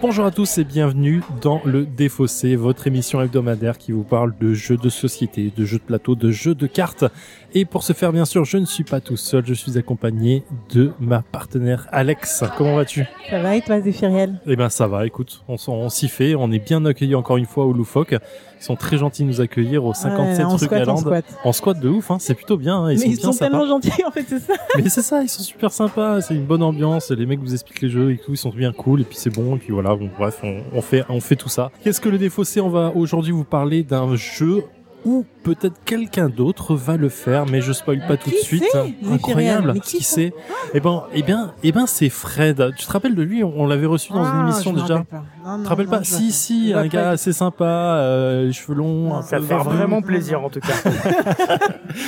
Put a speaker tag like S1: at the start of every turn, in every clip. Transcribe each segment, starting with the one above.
S1: Bonjour à tous et bienvenue dans le Défaussé, votre émission hebdomadaire qui vous parle de jeux de société, de jeux de plateau, de jeux de cartes. Et pour ce faire, bien sûr, je ne suis pas tout seul, je suis accompagné de ma partenaire Alex. Comment vas-tu
S2: Ça va et toi, Zéphiriel
S1: Eh ben ça va, écoute, on, s'en- on s'y fait, on est bien accueillis encore une fois au Loufoque. Ils sont très gentils de nous accueillir au 57
S2: Ouais, on
S1: rue
S2: squatte, on
S1: Galande.
S2: squatte.
S1: En squat de ouf, hein, c'est plutôt bien, hein, ils
S2: Mais
S1: sont
S2: ils
S1: bien
S2: sont
S1: sympas.
S2: tellement gentils, en fait, c'est ça.
S1: Mais c'est ça, ils sont super sympas, c'est une bonne ambiance, les mecs vous expliquent les jeux et tout, ils sont bien cool, et puis c'est bon, et puis voilà, bon, bref, on, on fait, on fait tout ça. Qu'est-ce que le défaut c'est On va aujourd'hui vous parler d'un jeu où peut-être quelqu'un d'autre va le faire, mais je spoil pas tout de
S2: Qui
S1: suite.
S2: c'est
S1: Incroyable,
S2: Mais qui Ah.
S1: qui
S2: c'est
S1: c'est Eh ben, eh bien, eh ben, c'est Fred. Tu te rappelles de lui On, on l'avait reçu dans
S2: Ah,
S1: une émission
S2: je me
S1: déjà.
S2: rappelle pas. Non,
S1: Tu
S2: non,
S1: te rappelles
S2: non,
S1: pas
S2: je
S1: Si,
S2: vois je
S1: si,
S2: vois
S1: un
S2: pas.
S1: gars assez sympa, euh, les cheveux longs,
S2: Non.
S1: un
S3: Ça
S1: peu
S3: fait
S1: barbu.
S3: vraiment plaisir en tout cas.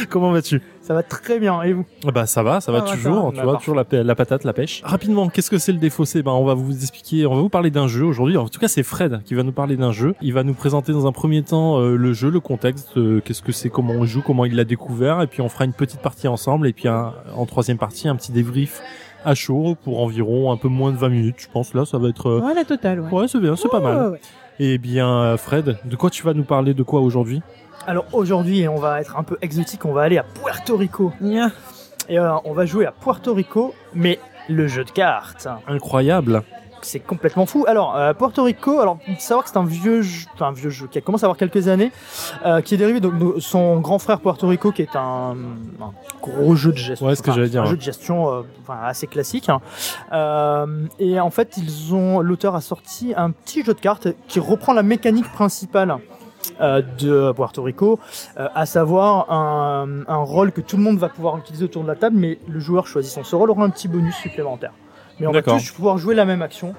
S1: Comment vas-tu
S3: Ça va très bien. Et vous
S1: Ah Bah ça va, ça va
S2: Ah ouais, ça
S1: toujours,
S3: va.
S1: tu
S3: Bah,
S1: vois,
S3: parfait.
S1: toujours la, pa- la patate, la pêche. Rapidement, qu'est-ce que c'est le défaussé Ben on va vous expliquer, on va vous parler d'un jeu aujourd'hui. En tout cas, c'est Fred qui va nous parler d'un jeu. Il va nous présenter dans un premier temps euh, le jeu, le contexte, euh, qu'est-ce que c'est, comment on joue, comment il l'a découvert, et puis on fera une petite partie ensemble, et puis un- en troisième partie un petit débrief à chaud pour environ un peu moins de 20 minutes, je pense. Là, ça va être euh,
S2: Ouais, la totale,
S3: Ah.
S2: ouais.
S1: ouais, c'est bien, c'est pas mal.
S2: Ouais, ouais.
S1: Eh bien, euh, Fred, de quoi tu vas nous parler, de quoi aujourd'hui
S3: Alors aujourd'hui, on va être un peu exotique. On va aller à Puerto Rico
S2: Nya.
S3: et euh, on va jouer à Puerto Rico, mais le jeu de cartes.
S1: Incroyable.
S3: C'est complètement fou. Alors euh, Puerto Rico, alors faut savoir que c'est un vieux, jeu, enfin, un vieux jeu qui commence à avoir quelques années, euh, qui est dérivé de de son grand frère Puerto Rico, qui est un, un gros jeu de gestion.
S1: Ouais, ce que
S3: Enfin,
S1: j'allais dire,
S3: Un
S1: ouais.
S3: jeu de gestion euh, enfin, assez classique. hein. Euh, et en fait, ils ont, l'auteur a sorti un petit jeu de cartes qui reprend la mécanique principale euh, de Puerto Rico, euh, à savoir un, un rôle que tout le monde va pouvoir utiliser autour de la table, mais le joueur choisissant ce rôle aura un petit bonus supplémentaire. Mais on va
S1: D'accord.
S3: tous pouvoir jouer la même action.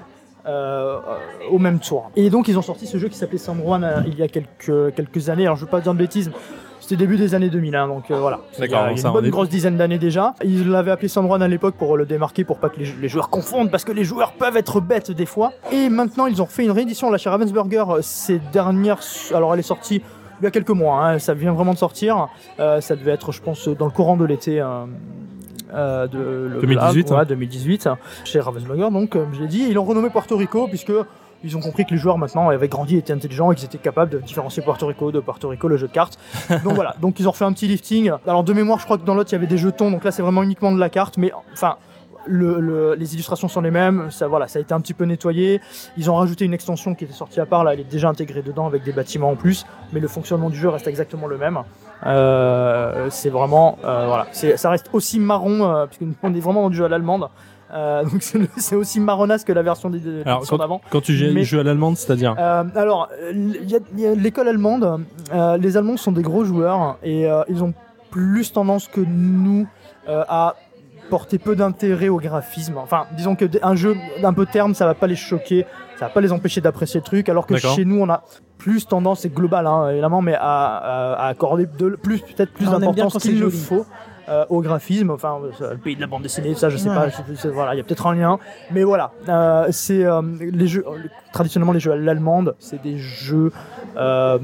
S3: euh, euh, au même tour. Et donc ils ont sorti ce jeu qui s'appelait San Juan euh, il y a quelques, quelques années, alors je ne veux pas dire de bêtises, c'était début des années 2000, hein, donc euh, voilà. Il y
S1: D'accord,
S3: a, il y a
S1: ça,
S3: une
S1: on
S3: bonne
S1: est-
S3: grosse dizaine d'années déjà. Ils l'avaient appelé San Juan à l'époque pour le démarquer, pour pas que les, les joueurs confondent, parce que les joueurs peuvent être bêtes des fois. Et maintenant, ils ont fait une réédition là chez Ravensburger euh, ces dernières. Alors, elle est sortie il y a quelques mois, hein, ça vient vraiment de sortir. Euh, ça devait être, je pense, dans le courant de l'été. euh, euh, de le-
S1: 2018,
S3: ouais,
S1: hein.
S3: 2018 hein, chez Ravensburger donc comme je l'ai dit ils l'ont renommé Puerto Rico puisque ils ont compris que les joueurs maintenant avaient grandi, étaient intelligents, et qu'ils étaient capables de différencier Puerto Rico de Puerto Rico, le jeu de cartes. Donc voilà, donc ils ont fait un petit lifting. Alors de mémoire, je crois que dans l'autre, il y avait des jetons, donc là c'est vraiment uniquement de la carte, mais enfin, le- le- les illustrations sont les mêmes, ça, voilà, ça a été un petit peu nettoyé. Ils ont rajouté une extension qui était sortie à part, là elle est déjà intégrée dedans avec des bâtiments en plus, mais le fonctionnement du jeu reste exactement le même. Euh, c'est vraiment, euh, voilà, c'est- ça reste aussi marron, euh, puisque nous, on est vraiment dans du jeu à l'allemande. Euh, donc c'est le- c'est aussi marronasse que la version des- des-
S1: Alors,
S3: version d'avant.
S1: Quand tu joues
S3: Mais-
S1: à l'allemande, c'est-à-dire
S3: Euh, alors, euh, il y a- il y a l'école allemande, euh, les Allemands sont des gros joueurs et euh, ils ont plus tendance que nous euh, à porter peu d'intérêt au graphisme. Enfin, disons que d- un jeu d'un peu terme, ça va pas les choquer, ça va pas les empêcher d'apprécier le truc, alors que
S1: D'accord.
S3: chez nous, on a plus tendance, c'est global hein, évidemment, mais à, à- à accorder de, plus peut-être plus
S2: Ah, on aime bien
S3: d'importance
S2: quand c'est
S3: qu'il le
S2: joli.
S3: faut euh, au graphisme. Enfin, euh, le pays de la bande dessinée, ça, je sais
S2: Ouais.
S3: pas. je- je- voilà, il y a peut-être un lien, mais voilà. Euh, c'est euh, les jeux euh, le- traditionnellement les jeux à l'allemande, c'est des jeux euh,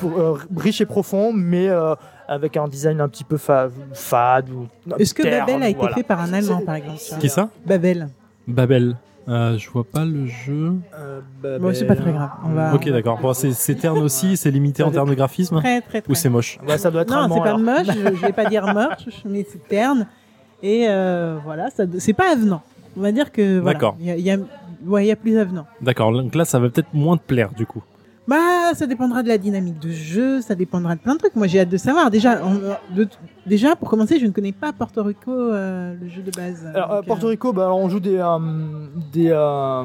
S3: pour- euh, riches et profonds, mais euh, avec un design un petit peu fa- fade ou
S2: Est-ce que
S3: terne,
S2: Babel a été
S3: voilà.
S2: fait par un Allemand,
S3: C'est-
S2: par exemple tu vois
S1: Qui ça
S2: Babel.
S1: Babel. Euh, je vois pas le jeu.
S3: Euh, bah,
S2: Bon, c'est
S3: bah,
S2: pas très grave. On va...
S1: Ok, d'accord. Bon, c'est- c'est terne aussi, c'est limité en termes de graphisme
S2: Très, très, très.
S1: Ou c'est moche
S3: bah, ça doit être
S2: Non,
S3: allemand,
S2: c'est pas
S3: alors.
S2: moche, je, je vais pas dire moche, mais c'est terne. Et euh, voilà, ça, c'est pas avenant. On va dire que voilà.
S1: D'accord.
S2: Il y a, il y a- ouais, il y a plus avenant.
S1: D'accord, donc là, ça va peut-être moins te plaire, du coup.
S2: Bah, ça dépendra de la dynamique de jeu, ça dépendra de plein de trucs. Moi, j'ai hâte de savoir. Déjà, on- euh, de- déjà pour commencer, je ne connais pas Porto Rico, euh, le jeu de base.
S3: Alors, euh,
S2: Donc,
S3: Porto
S2: euh,
S3: Rico, bah, alors, on joue des, euh, des, euh,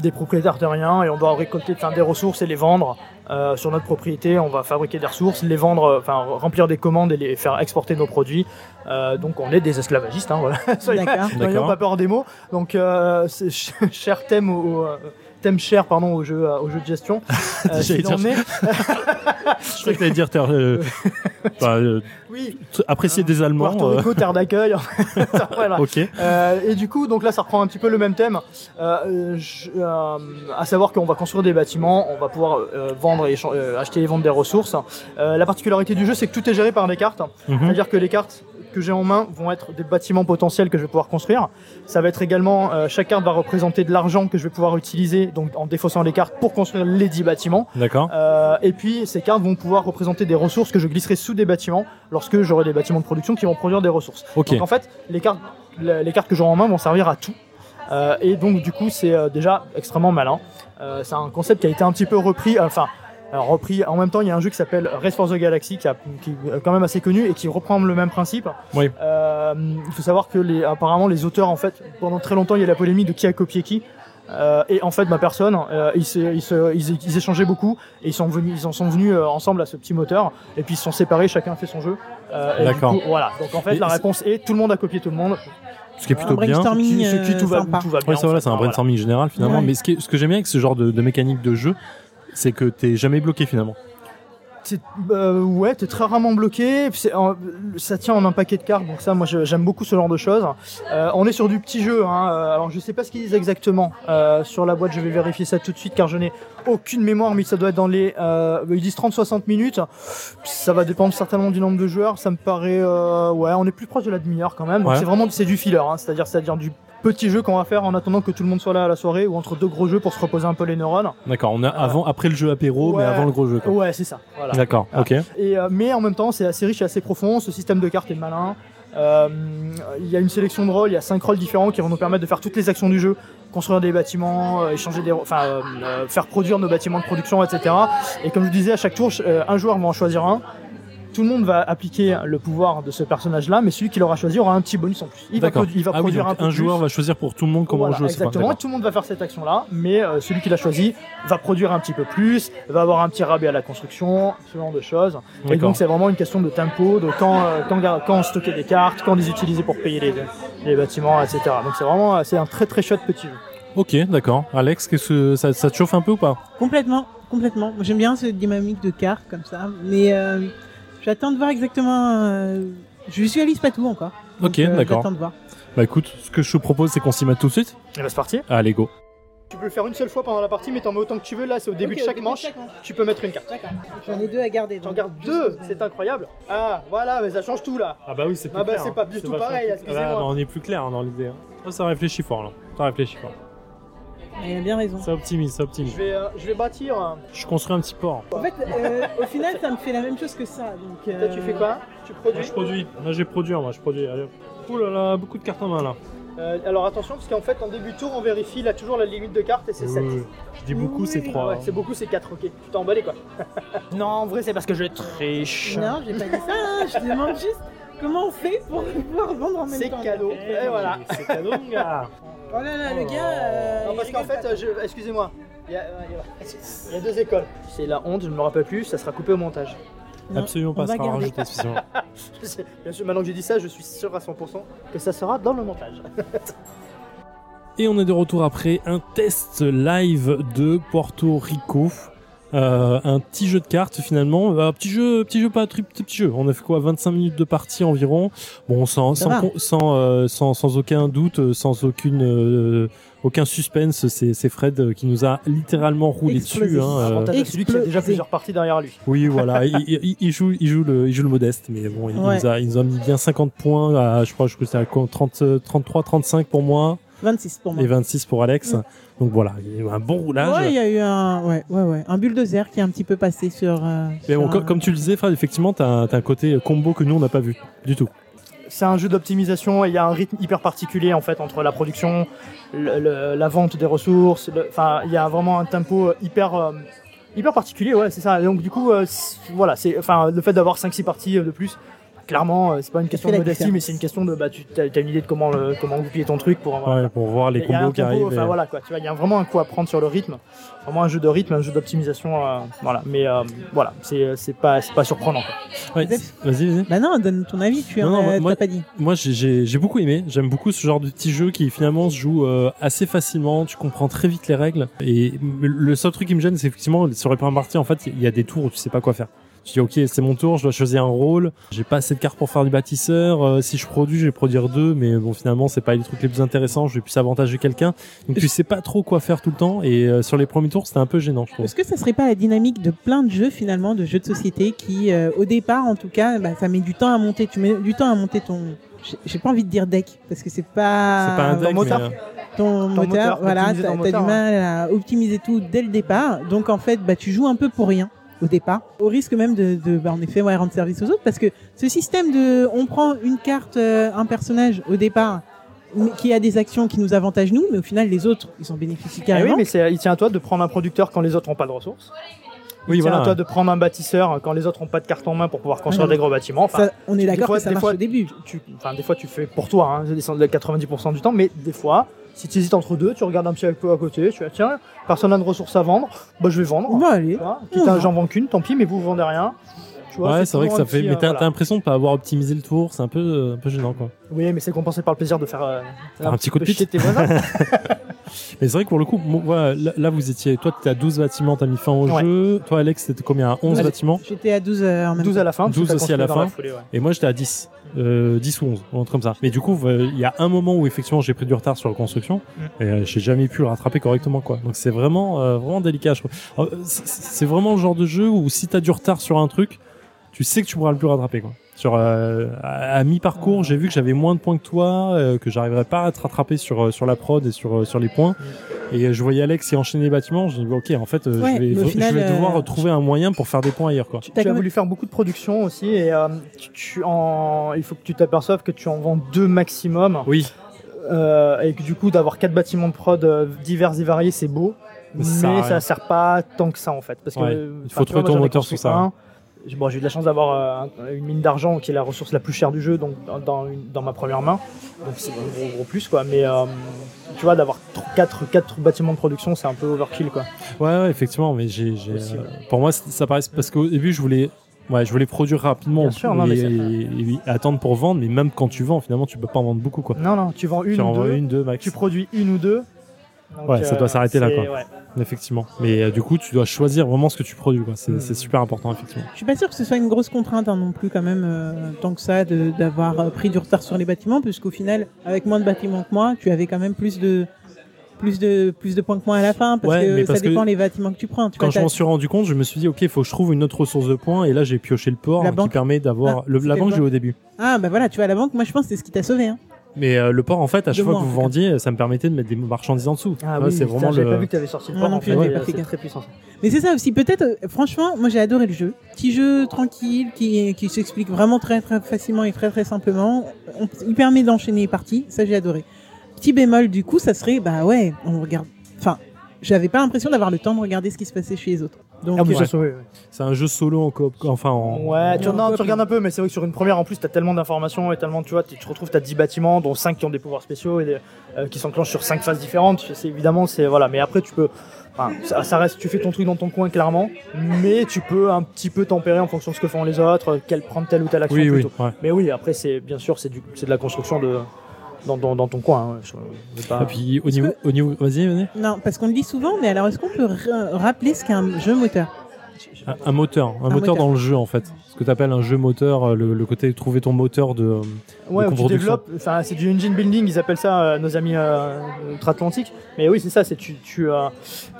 S3: des propriétaires terriens et on doit récolter enfin, des ressources et les vendre euh, sur notre propriété. On va fabriquer des ressources, les vendre, euh, enfin remplir des commandes et les faire exporter nos produits. Euh, donc on est des esclavagistes, hein, voilà. Soyons-
S2: D'accord.
S1: D'accord.
S3: N'ayons pas peur des mots. Donc, euh, c'est ch- cher thème au, au, euh, thème cher pardon au jeu euh, au jeu de gestion. Euh,
S1: J'allais
S3: s'il en
S1: dire-
S3: est.
S1: Je croyais que t'allais dire terre, euh, bah, euh,
S3: Oui.
S1: t- apprécier des Allemands.
S3: Puerto
S1: euh,
S3: Rico, terre d'accueil. voilà.
S1: ok.
S3: Euh, et du coup, donc là, ça reprend un petit peu le même thème, euh, je- euh, à savoir qu'on va construire des bâtiments, on va pouvoir euh, vendre et échan- euh, acheter et vendre des ressources. Euh, la particularité du jeu, c'est que tout est géré par des cartes,
S1: Mhm.
S3: c'est-à-dire que les cartes que j'ai en main vont être des bâtiments potentiels que je vais pouvoir construire. Ça va être également, euh, chaque carte va représenter de l'argent que je vais pouvoir utiliser, donc en défaussant les cartes pour construire les 10 bâtiments.
S1: D'accord.
S3: Euh, et puis ces cartes vont pouvoir représenter des ressources que je glisserai sous des bâtiments lorsque j'aurai des bâtiments de production qui vont produire des ressources.
S1: Ok.
S3: Donc en fait, les cartes, la- les cartes que j'aurai en main vont servir à tout. Euh, et donc du coup, c'est euh, déjà extrêmement malin. Euh, c'est un concept qui a été un petit peu repris, euh, enfin euh, repris. En même temps, il y a un jeu qui s'appelle Race for the Galaxy qui, a- qui est quand même assez connu et qui reprend le même principe.
S1: Oui.
S3: Euh, il faut savoir que les, apparemment les auteurs, en fait, pendant très longtemps, il y a la polémique de qui a copié qui. Euh, et en fait, ma personne, euh, ils, se- ils, se- ils- ils échangeaient beaucoup et ils, sont venus, ils en sont venus euh, ensemble à ce petit moteur et puis ils se sont séparés, chacun a fait son jeu. Euh, et du
S1: D'accord.
S3: coup, Voilà. Donc en fait,
S1: Et
S3: la
S1: c'est-
S3: réponse est tout le monde a copié tout le monde.
S1: Ce qui est plutôt
S2: un
S1: bien.
S2: brainstorming
S3: Qui- ce
S2: euh,
S3: qui tout va,
S2: sympa.
S3: tout va bien.
S1: Ouais, ça,
S3: en
S1: voilà,
S3: fait.
S1: c'est un
S3: Enfin, voilà.
S1: brainstorming général finalement.
S2: Ouais.
S1: Mais ce, qui est- ce que j'aime bien avec ce genre de, de mécanique de jeu, c'est que t'es jamais bloqué finalement.
S3: T'es- euh, ouais, t'es très rarement bloqué. c'est- euh, ça tient en un paquet de cartes, donc ça, moi, je- j'aime beaucoup ce genre de choses. Euh, on est sur du petit jeu. Hein, euh, alors, je sais pas ce qu'ils disent exactement euh, sur la boîte. Je vais vérifier ça tout de suite, car je n'ai aucune mémoire. Mais ça doit être dans les. Euh, ils disent 30-60 minutes. Ça va dépendre certainement du nombre de joueurs. Ça me paraît. euh, ouais, on est plus proche de la demi-heure quand même. donc
S1: Ouais.
S3: C'est vraiment c'est du filler. Hein, c'est-à-dire, c'est-à-dire du petit jeu qu'on va faire en attendant que tout le monde soit là à la soirée ou entre deux gros jeux pour se reposer un peu les neurones.
S1: D'accord. On a avant, après le jeu apéro,
S3: Ouais.
S1: mais avant le gros jeu. quoi.
S3: Ouais, c'est ça. Voilà.
S1: D'accord.
S3: Ah.
S1: Ok.
S3: Et, euh, mais en même temps, c'est assez riche et assez profond. Ce système de cartes est malin. Euh, Il y a une sélection de rôles, il y a cinq rôles différents qui vont nous permettre de faire toutes les actions du jeu, construire des bâtiments, euh, échanger des, enfin, euh, euh, faire produire nos bâtiments de production, etc. Et comme je vous disais, à chaque tour, ch- euh, un joueur va en choisir un. Tout le monde va appliquer le pouvoir de ce personnage-là, mais celui qui l'aura choisi aura un petit bonus en plus. Il va,
S1: D'accord.
S3: produ- il va
S1: Ah oui,
S3: produire
S1: donc
S3: un peu plus.
S1: joueur va choisir pour tout le monde comment
S3: Voilà,
S1: jouer. c'est pas-
S3: Exactement,
S1: d'accord.
S3: tout le monde va faire cette action-là, mais euh, celui qui l'a choisi va produire un petit peu plus, va avoir un petit rabais à la construction, ce genre de choses. Et
S1: D'accord.
S3: donc c'est vraiment une question de tempo, de quand, euh, quand, gar- quand stocker des cartes, quand les utiliser pour payer les, les bâtiments, etc. Donc c'est vraiment euh, c'est un très très chouette petit jeu.
S1: Ok, d'accord. Alex, qu'est-ce que ça, ça te chauffe un peu ou pas
S2: Complètement, complètement. Moi, J'aime bien cette dynamique de cartes comme ça, mais euh, j'attends de voir exactement. euh, je visualise pas tout encore. Donc,
S1: Ok,
S2: euh,
S1: d'accord.
S2: J'attends de voir.
S1: Bah écoute, ce que je te propose, c'est qu'on s'y mette tout de suite.
S3: Et bah c'est parti.
S1: Allez, go.
S3: Tu peux le faire une seule fois pendant la partie, mais t'en mets autant que tu veux. Là c'est au début de chaque manche, tu peux mettre une carte.
S2: J'en ai deux à garder.
S3: J'en
S2: donc.
S3: garde deux, c'est incroyable. Ah voilà, mais ça change tout là.
S1: Ah bah oui, c'est
S3: plus Ah bah, clair, c'est hein. pas du C'est tout vachement pareil, plus- excusez-moi. Ah bah,
S1: on est plus clair hein, dans l'idée. ça réfléchit fort, là. Ça réfléchit fort.
S2: Il a bien raison.
S1: Ça optimise, ça
S3: Je
S1: optimise.
S3: vais, euh, je vais bâtir. euh,
S1: Je construis un petit port.
S2: En fait, euh, au final, ça me fait la même chose que ça. Donc, euh,
S3: Toi tu fais quoi Tu
S1: Moi,
S3: produis.
S1: je produis. Là, j'ai produit, moi, je produis. Allez. Ouh là là, beaucoup de cartes en main, là.
S3: Euh, alors attention, parce qu'en fait en début de tour on vérifie là toujours la limite de cartes et c'est 7.
S1: Euh, Je dis beaucoup, c'est
S3: Ah
S1: trois.
S3: ouais, c'est beaucoup, c'est 4, ok. Tu t'es emballé quoi. non, en vrai, c'est parce que je triche.
S2: Non, j'ai pas dit ça. hein. Je demande juste comment on fait pour pouvoir vendre en même
S3: C'est
S2: temps.
S3: cadeau. Et voilà.
S1: Eh, C'est cadeau, mon gars.
S2: Oh là là, le gars. euh,
S3: Non,
S2: il
S3: parce qu'en
S2: rigole
S3: fait,
S2: pas.
S3: euh, je- excusez-moi, il y, a- euh, il y a- il y a deux écoles. C'est la honte, je ne me rappelle plus, ça sera coupé au montage.
S2: Non,
S1: Absolument
S2: on
S1: pas,
S2: va
S1: ça va
S2: garder.
S1: rajouter spécialement.
S3: Bien sûr, maintenant que j'ai dit ça, je suis sûr à 100% que ça sera dans le montage.
S1: Et on est de retour après un test live de Porto Rico. Euh, un petit jeu de cartes finalement, un petit jeu, petit jeu pas trip, petit jeu. On a fait quoi 25 minutes de partie environ. Bon, sans
S2: Ça
S1: sans
S2: va.
S1: con- sans, euh, sans sans aucun doute, euh, sans aucune euh, aucun suspense, c'est c'est Fred euh, qui nous a littéralement roulé
S2: Explosif.
S1: dessus. hein, euh.
S3: Avantage de celui qui a déjà
S2: Explosé.
S3: plusieurs parties derrière lui.
S1: oui, voilà, il, il- il joue il joue le il joue le modeste, mais bon, il, il
S2: Ouais.
S1: nous a il nous a mis bien 50 points. À, je crois je crois que c'était à quoi, 30 euh, 33 35 pour moi
S2: 26 pour moi.
S1: et 26 pour Alex.
S2: Mm.
S1: Donc voilà, il y a eu un bon roulage.
S2: Ouais, il y a eu un, ouais, ouais, ouais, un bulldozer qui est un petit peu passé sur. euh,
S1: Mais
S2: sur
S1: bon, co-
S2: un-
S1: comme tu le disais, Fred, effectivement, t'as un, t'as un côté combo que nous, on n'a pas vu du tout.
S3: C'est un jeu d'optimisation et il y a un rythme hyper particulier en fait entre la production, le- le- la vente des ressources. le- Enfin, il y a vraiment un tempo hyper euh, hyper particulier. Ouais, c'est ça. Et Donc du coup, euh, c'est- voilà, c'est enfin le fait d'avoir 5-6 parties euh, de plus. Clairement, euh, c'est pas une question
S2: fait la
S3: de modestie,
S2: différence.
S3: mais c'est une question de bah tu as, une idée de comment le, comment goupiller ton truc pour avoir.
S1: Ouais, pour voir les
S3: Il y a un
S1: combos qui
S3: tempo,
S1: arrivent.
S3: enfin
S1: et-
S3: voilà quoi, tu vois, il y a vraiment un coup à prendre sur le rythme, vraiment un jeu de rythme, un jeu d'optimisation, euh, voilà. Mais euh, voilà, c'est c'est pas c'est pas surprenant. quoi.
S1: Ouais, Vas-y, vas-y.
S2: Bah non, donne ton avis. Tu
S1: Non,
S2: en
S1: non,
S2: as-
S1: moi-
S2: t'as pas dit.
S1: Moi, j'ai- j'ai j'ai beaucoup aimé. J'aime beaucoup ce genre de petit jeu qui finalement se joue euh, assez facilement. Tu comprends très vite les règles. Et le seul truc qui me gêne, c'est effectivement sur les premières parties, en fait, il y a des tours où tu sais pas quoi faire. Tu Je dis, ok, c'est mon tour, je dois choisir un rôle. J'ai pas assez de cartes pour faire du bâtisseur. Euh, si je produis, je vais produire deux, mais bon, finalement, c'est pas les trucs les plus intéressants. Je vais plus avantager quelqu'un. Donc, tu sais pas trop quoi faire tout le temps. Et euh, sur les premiers tours, c'était un peu gênant, je trouve.
S2: Est-ce que ça serait pas la dynamique de plein de jeux finalement, de jeux de société qui, euh, au départ en tout cas, bah, ça met du temps à monter. Tu mets du temps à monter ton. j'ai- J'ai pas envie de dire deck parce que c'est pas.
S1: C'est pas un
S3: Ton
S1: deck,
S3: moteur.
S1: mais, euh,
S2: ton moteur,
S3: moteur,
S2: voilà,
S3: optimiser
S2: t'as
S3: ton
S2: t'as
S3: moteur,
S2: du mal à optimiser tout dès le départ. Donc en fait, bah tu joues un peu pour rien au départ, au risque même de, de bah, en effet, ouais, rendre service aux autres, parce que ce système de, on prend une carte, euh, un personnage au départ, mais qui a des actions qui nous avantagent nous, mais au final les autres, ils en bénéficient
S3: Eh oui,
S2: carrément.
S3: mais c'est- il tient à toi de prendre un producteur quand les autres n'ont pas de ressources. Il
S1: oui,
S3: tient à toi
S1: voilà.
S3: de prendre un bâtisseur quand les autres n'ont pas de carte en main pour pouvoir construire
S2: Ouais,
S3: des gros bâtiments. Enfin,
S2: Ça, on est d'accord
S3: fois-
S2: que ça
S3: des
S2: marche
S3: fois-
S2: au début.
S3: tu, enfin, des fois, tu fais pour toi, hein, je descends de 90% du temps, mais des fois, si tu hésites entre deux, tu regardes un petit peu à côté, tu as tiens, personne n'a de ressources à vendre, bah je vais vendre.
S2: On va aller.
S3: Tu vois,
S2: On
S3: Quitte
S2: vend.
S3: à j'en vends qu'une, tant pis, mais vous, vous vendez rien. Tu vois,
S1: Ouais, c'est vrai que
S3: toujours
S1: ça
S3: un
S1: fait,
S3: petit,
S1: mais
S3: euh,
S1: t'as t'as
S3: voilà.
S1: l'impression de pas avoir optimisé le tour. C'est un peu, euh, un peu gênant, quoi.
S3: Oui, mais c'est compensé par le plaisir de faire euh,
S1: un petit coup de
S3: chier
S1: pute.
S3: tes voisins.
S1: Mais c'est vrai que pour le coup, moi, voilà, là, là, vous étiez, toi, t'étais à 12 bâtiments, t'as mis fin au
S3: Ouais.
S1: jeu. Toi, Alex, t'étais combien à 11
S2: Ouais.
S1: bâtiments
S2: J'étais à 12 heures.
S3: 12 à la fin. parce que
S1: 12
S3: t'as
S1: aussi à la
S3: continué dans
S1: fin.
S3: foulée, ouais.
S1: Et moi, j'étais à 10. Euh, 10 ou 11, un truc comme ça. Mais du coup, euh, il y a un moment où effectivement j'ai pris du retard sur la construction et euh, j'ai jamais pu le rattraper correctement quoi. Donc c'est vraiment euh, vraiment délicat. Je trouve. Alors, euh, c'est- c'est vraiment le genre de jeu où si t'as du retard sur un truc, tu sais que tu pourras le plus rattraper quoi. Sur euh, à, à mi-parcours, j'ai vu que j'avais moins de points que toi, euh, que j'arriverais pas à te rattraper sur euh, sur la prod et sur euh, sur les points. Et euh, je voyais Alex y enchaîner les bâtiments. J'ai dit ok, en fait, euh,
S2: Ouais,
S1: je vais,
S2: mais au final,
S1: je vais devoir
S2: euh,
S1: trouver un moyen pour faire des points ailleurs quoi.
S3: Tu,
S2: T'as
S3: tu as
S2: quand
S3: voulu faire beaucoup de production aussi et euh, tu, tu en, il faut que tu t'aperçoives que tu en vends deux maximum
S1: Oui,
S3: euh, et que du coup d'avoir quatre bâtiments de prod euh, divers et variés c'est beau
S1: Mais
S3: mais,
S1: ça sert à rien.
S3: ça sert pas tant que ça en fait parce que
S1: Ouais.
S3: euh,
S1: Il faut
S3: enfin, tu
S1: trouver
S3: vois, moi,
S1: ton
S3: j'en ai
S1: moteur
S3: construit
S1: sur ça.
S3: un. J'ai- Bon, j'ai eu de la chance d'avoir euh, une mine d'argent qui est la ressource la plus chère du jeu donc dans, dans, une- dans ma première main donc c'est un gros, gros plus quoi mais euh, tu vois d'avoir tr- quatre quatre bâtiments de production c'est un peu overkill quoi
S1: Ouais, ouais, effectivement, mais j'ai, j'ai,
S3: Aussi,
S1: euh,
S3: ouais.
S1: pour moi, c'est- ça paraît parce qu'au début, je voulais, ouais, je voulais produire rapidement
S3: Bien sûr, non,
S1: et,
S3: mais c'est-
S1: et- et attendre pour vendre, mais même quand tu vends, finalement, tu peux pas en vendre beaucoup, quoi.
S3: non non tu vends une
S1: euh, tu en
S3: ou
S1: vends
S3: deux
S1: une, deux max,
S3: tu produis une ou deux. Donc, euh,
S1: Ouais, ça doit s'arrêter là,
S3: c'est-
S1: quoi.
S3: ouais.
S1: effectivement. Mais euh, du coup, tu dois choisir vraiment ce que tu produis, quoi. C'est,
S3: Hmm.
S1: c'est super important, effectivement.
S2: Je suis pas sûr que ce soit une grosse contrainte hein, non plus quand même euh, tant que ça de- d'avoir euh, pris du retard sur les bâtiments puisqu'au final avec moins de bâtiments que moi tu avais quand même plus de plus de plus de points que moi à la fin parce
S1: Ouais, mais
S2: que
S1: parce
S2: ça
S1: que
S2: dépend les bâtiments que tu prends. Tu
S1: Quand
S2: vois,
S1: je
S2: t'as-
S1: m'en suis rendu compte, je me suis dit, ok, il faut que je trouve une autre source de points, et là, j'ai pioché le port
S2: La
S1: qui
S2: banque.
S1: permet d'avoir
S2: Ah,
S1: le, la
S2: c'était
S1: banque,
S2: le
S1: j'ai au début.
S2: Ah bah voilà tu vois à la banque moi je pense que c'est ce qui t'a sauvé. Hein.
S1: Mais euh, le port, en fait, à chaque
S2: moi,
S1: fois que
S2: en
S1: vous
S2: tout cas.
S1: vendiez, ça me permettait de mettre des marchandises en dessous.
S3: Ah
S1: Ouais,
S3: oui,
S1: c'est vraiment
S3: j'avais pas vu
S1: le.
S3: que t'avais sorti le
S2: Moi
S3: port
S2: non
S3: en
S2: plus,
S3: fait,
S2: j'avais
S3: et,
S2: pas
S3: euh,
S2: fait
S3: c'est
S2: gaffe.
S3: très puissant. ça.
S2: Mais c'est ça aussi peut-être euh, franchement moi j'ai adoré le jeu petit jeu tranquille qui qui s'explique vraiment très très facilement et très très simplement. On- il permet d'enchaîner les parties ça j'ai adoré. Petit bémol du coup ça serait bah ouais on regarde enfin j'avais pas l'impression d'avoir le temps de regarder ce qui se passait chez les autres. Donc
S3: Ah, mais
S2: euh,
S3: ça, c'est- ouais, ouais.
S1: C'est un jeu solo en coop, enfin en.
S3: Ouais, tu,
S2: en
S3: non,
S2: coop,
S3: tu regardes un peu, mais c'est vrai que sur une première, en plus, t'as tellement d'informations et tellement, tu vois, tu te retrouves, t'as 10 bâtiments, dont 5 qui ont des pouvoirs spéciaux et des- euh, qui s'enclenchent sur 5 phases différentes. C'est évidemment, c'est voilà, mais après, tu peux, enfin, ça, ça reste, tu fais ton truc dans ton coin, clairement, mais tu peux un petit peu tempérer en fonction de ce que font les autres, euh, quelle prendre telle ou telle action
S1: Oui, oui.
S3: plutôt.
S1: ouais.
S3: Mais oui, après, c'est bien sûr, c'est du- c'est de la construction de, dans, dans, dans ton coin. hein, je- je vais pas-
S1: Et puis au niveau, au niveau, vas-y, vas-y.
S2: Non, parce qu'on le dit souvent, mais alors est-ce qu'on peut ra- rappeler ce qu'est un jeu moteur
S1: Un, un moteur, un, moteur,
S2: moteur.
S1: dans le jeu en fait. Ce que t'appelles un jeu moteur, euh, le, le côté de trouver ton moteur de. euh,
S3: Ouais,
S1: de
S3: où tu
S1: production.
S3: développes, enfin c'est du engine building, ils appellent ça euh, nos amis euh, outre-Atlantique. Mais oui, c'est ça, c'est tu tu euh,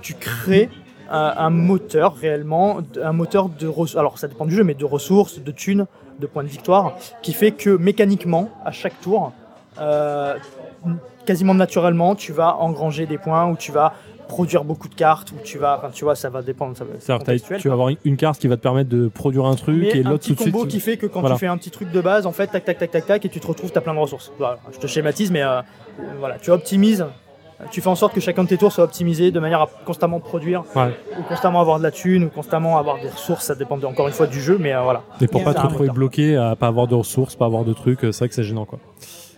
S3: tu crées un, un moteur réellement, d- un moteur de ressources. Alors ça dépend du jeu, mais de ressources, de thunes, de points de victoire, qui fait que mécaniquement à chaque tour, euh, quasiment naturellement, tu vas engranger des points ou tu vas produire beaucoup de cartes ou tu vas, enfin tu vois, ça va dépendre. Ça va, c'est
S1: c'est-à-dire, t'as-
S3: contextuel.
S1: tu vas avoir une- une carte qui va te permettre de produire un truc
S3: Mais
S1: et
S3: un
S1: l'autre
S3: petit
S1: tout de suite.
S3: combo qui fait que quand
S1: Voilà.
S3: tu fais un petit truc de base, en fait, tac, tac, tac, tac, tac, et tu te retrouves, t'as plein de ressources. Voilà, je te schématise, mais euh, voilà, tu optimises, tu fais en sorte que chacun de tes tours soit optimisé de manière à constamment produire,
S1: Ouais.
S3: ou constamment avoir de la thune, ou constamment avoir des ressources, ça dépend de- encore une fois du jeu, mais euh, voilà.
S1: Et pour pas
S3: C'est
S1: te
S3: un
S1: retrouver
S3: moteur.
S1: bloqué, à pas avoir de ressources, pas avoir de trucs, euh, c'est vrai que c'est gênant quoi.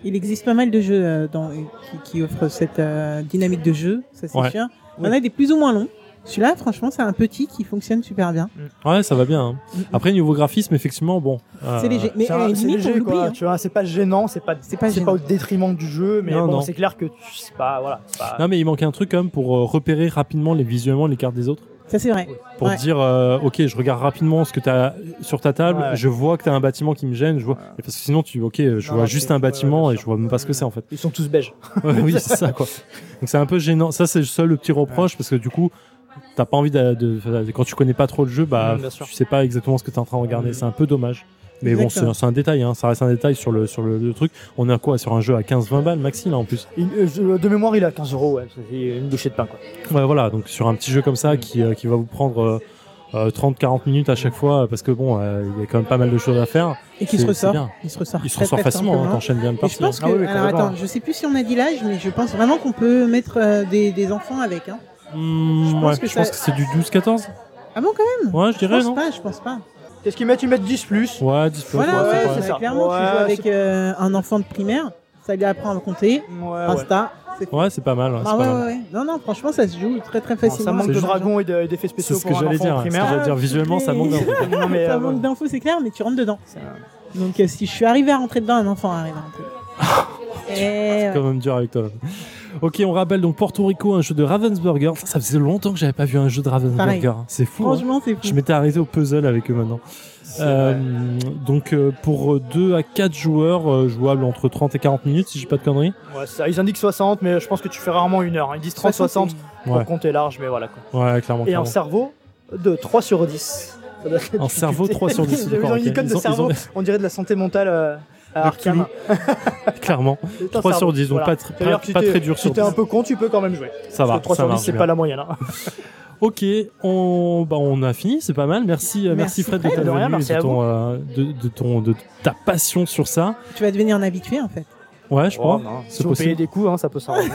S2: Il existe pas mal de jeux euh, dans, qui, qui offrent cette euh, dynamique de jeu, ça c'est
S1: Ouais.
S2: sûr. On
S3: Oui.
S2: a des plus ou moins longs. Celui-là, franchement, c'est un petit qui fonctionne super bien.
S1: Ouais, ça va bien. hein.
S2: Mhm.
S1: Après niveau graphisme, effectivement, bon. euh,
S2: C'est léger, mais
S3: C'est
S2: à la
S3: un- c'est
S2: limite on
S3: léger,
S2: l'oublie.
S3: quoi,
S2: hein.
S3: tu vois, c'est pas gênant, c'est pas,
S2: C'est pas
S3: c'est
S2: gênant.
S3: pas au détriment du jeu, mais
S1: Non, non.
S3: bon, c'est clair que tu- c'est pas, voilà, c'est pas-
S1: Non mais il manque un truc quand même pour euh, repérer rapidement les visuellement les cartes des autres.
S2: Ça, c'est vrai.
S1: pour
S2: Ouais.
S1: dire euh, ok je regarde rapidement ce que tu as sur ta table
S3: Ouais.
S1: je vois que tu as un bâtiment qui me gêne je vois
S3: Ouais.
S1: parce que sinon tu ok je
S3: Non,
S1: vois
S3: ok.
S1: juste un
S3: Ouais,
S1: bâtiment
S3: ouais, bien
S1: et je vois même pas ce que c'est en fait
S3: Ils sont tous belges.
S1: Ouais, oui c'est ça quoi donc c'est un peu gênant ça c'est le seul le petit reproche parce que du coup t'as pas envie de, de- quand tu connais pas trop le jeu bah
S3: Ouais, bien sûr.
S1: tu sais pas exactement ce que t'es en train de regarder
S3: Mhm.
S1: c'est un peu dommage mais bon c'est
S2: Exactement.
S1: un- c'est un détail hein. ça reste un détail sur le sur le, le truc on est à quoi sur un jeu à 15-20 balles maxi là en plus
S3: Il- euh, je- de mémoire, il a 15 euros, ouais. C'est une bouchée de pain, quoi.
S1: Ouais, voilà, donc sur un petit jeu comme ça qui, euh, qui va vous prendre euh, euh, 30-40 minutes à chaque fois, parce que bon, euh, il y a quand même pas mal de choses à faire.
S2: Et qui
S1: C'est-
S2: se
S1: c'est
S2: ressort.
S1: bien.
S2: Il se ressort.
S1: Ils se
S2: très,
S1: ressortent
S2: très
S1: facilement, hein,
S2: simplement.
S1: t'enchaînes bien une
S2: Et je
S1: partie.
S2: pense que,
S3: Ah oui, oui,
S2: alors
S3: complètement.
S2: attends, je sais plus si on a dit l'âge, mais je pense vraiment qu'on peut mettre euh, des, des enfants avec. Hein.
S1: Hmm,
S2: je
S1: ouais, je
S2: pense
S1: pense
S2: que
S1: que,
S2: ça-
S1: c'est du 12-14
S2: Ah bon, quand même
S1: Ouais, je
S2: Je
S1: dirais,
S2: pense
S1: non
S2: pas, je pense pas.
S3: Qu'est-ce qu'ils mettent Ils mettent 10 plus.
S1: Ouais, 10
S2: Voilà,
S3: ouais,
S2: ouais,
S3: c'est
S2: ça,
S3: vrai.
S2: ça, clairement, tu
S3: Ouais,
S2: joues avec
S3: c'est-
S2: euh, un enfant de primaire, ça lui apprend à compter,
S3: Ouais, Ah ouais.
S2: Insta. c'est-
S1: Ouais, c'est pas mal. ouais, c'est
S2: Ah
S1: pas
S2: ouais,
S1: mal.
S2: ouais, ouais. Non, non, franchement, ça se joue très très
S3: Non,
S2: facilement.
S3: Ça manque
S1: C'est
S3: de
S1: juste-
S3: dragons et de- d'effets
S1: C'est
S3: spéciaux
S1: ce
S3: pour
S1: que
S3: un
S1: j'allais
S3: enfant
S1: dire.
S3: en
S1: hein, C'est ce que
S3: primaire.
S1: j'allais dire. Visuellement, ça manque d'un
S3: peu. Non, mais,
S2: ça
S3: euh,
S2: manque
S3: ouais.
S2: d'infos, c'est clair, mais tu rentres dedans. Donc euh, si je suis arrivé à rentrer dedans, un enfant arrive à rentrer. Eh Et...
S1: quand même dur avec toi. Ok, on rappelle donc Porto Rico, un jeu de Ravensburger. Ça, ça faisait longtemps que j'avais pas vu un jeu de
S2: Pareil.
S1: Ravensburger. hein. C'est fou. hein.
S2: Franchement, c'est
S1: Je
S2: fou.
S1: m'étais arrêté au puzzle avec eux maintenant. Euh, donc euh, pour 2 à 4 joueurs, euh, jouable entre 30 et 40 minutes si j'ai pas de conneries.
S3: Ouais, ça, ils indiquent 60, mais je pense que tu fais rarement une heure. hein. Ils disent 30-60
S1: Ouais,
S3: pour compter large, mais voilà. Quoi.
S1: ouais clairement.
S3: Et un
S1: clairement.
S3: cerveau de 3 sur 10. Ça doit être
S1: Un cerveau
S3: difficile.
S1: 3 sur 10,
S3: Ils ont
S1: d'accord,
S3: une
S1: ok.
S3: icône de
S1: Ils ont- ils
S3: cerveau,
S1: ont-
S3: on dirait de la santé mentale euh, à Arkham.
S1: clairement.
S3: C'est un
S1: 3 sur
S3: cerveau,
S1: 10, donc
S3: voilà.
S1: pas, tr-
S3: C'est-à-dire
S1: pas-
S3: que si
S1: pas
S3: t'es-
S1: très dur
S3: Si
S1: sur
S3: t'es
S1: 10.
S3: un peu con, tu peux quand même jouer.
S1: Ça va,
S3: Parce que 3
S1: ça
S3: sur 10,
S1: marche
S3: c'est
S1: bien.
S3: pas la moyenne. hein.
S1: Ok, on, bah, on a fini, c'est pas mal. Merci, euh, merci
S2: Merci,
S1: Fred de
S2: Fred.
S1: ta
S3: De rien,
S1: venue et
S3: merci
S1: de,
S3: à
S1: ton, euh, de, de ton, de ta passion sur ça.
S2: Tu vas devenir un habitué en fait.
S1: Ouais, je
S3: Oh,
S1: pense.
S3: non.
S1: c'est
S3: Si vous payez
S1: possible.
S3: des coups, hein, ça peut s'arranger.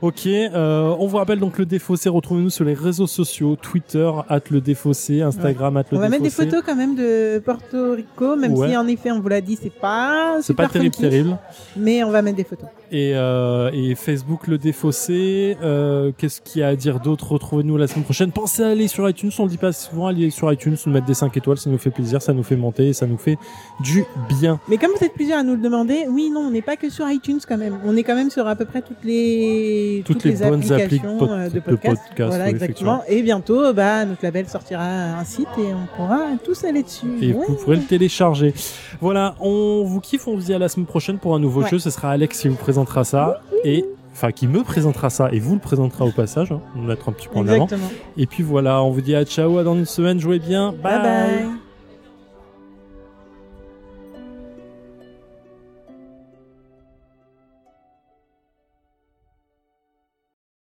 S1: Ok, euh, on vous rappelle donc le défaussé. Retrouvez-nous sur les réseaux sociaux Twitter, at le défaussé, Instagram, at le
S2: On va mettre des
S1: défaussé.
S2: photos quand même de Porto Rico, même
S1: Ouais.
S2: si en effet on vous l'a dit, c'est pas
S1: C'est pas
S2: super
S1: terrible,
S2: funky,
S1: terrible.
S2: mais on va mettre des photos.
S1: et, euh, et Facebook le défaussé. Euh, Qu'est-ce qu'il y a à dire d'autre Retrouvez-nous la semaine prochaine. Pensez à aller sur iTunes, on le dit pas souvent, aller sur iTunes, nous mettre des 5 étoiles, ça nous fait plaisir, ça nous fait monter, et ça nous fait du bien.
S2: Mais comme vous êtes plusieurs à nous le demander, oui, non, on n'est pas que sur iTunes quand même. On est quand même sur à peu près toutes les
S1: Toutes les bonnes
S2: applications
S1: applis pod-
S2: euh, de
S1: de
S2: podcast.
S1: podcast,
S2: voilà,
S1: oui,
S2: exactement. Et bientôt, bah, notre label sortira un site et on pourra tous aller dessus.
S1: Et
S2: Ouais.
S1: vous pourrez le télécharger. Voilà, on vous kiffe, on vous dit à la semaine prochaine pour un nouveau
S2: Ouais.
S1: jeu. Ce sera Alex qui vous présentera ça. Et enfin qui me présentera ça et vous le présentera au passage. hein. On va mettre un petit peu en avant.
S2: Exactement.
S1: Et puis voilà, on vous dit à ciao à dans une semaine, jouez bien.
S2: bye. bye.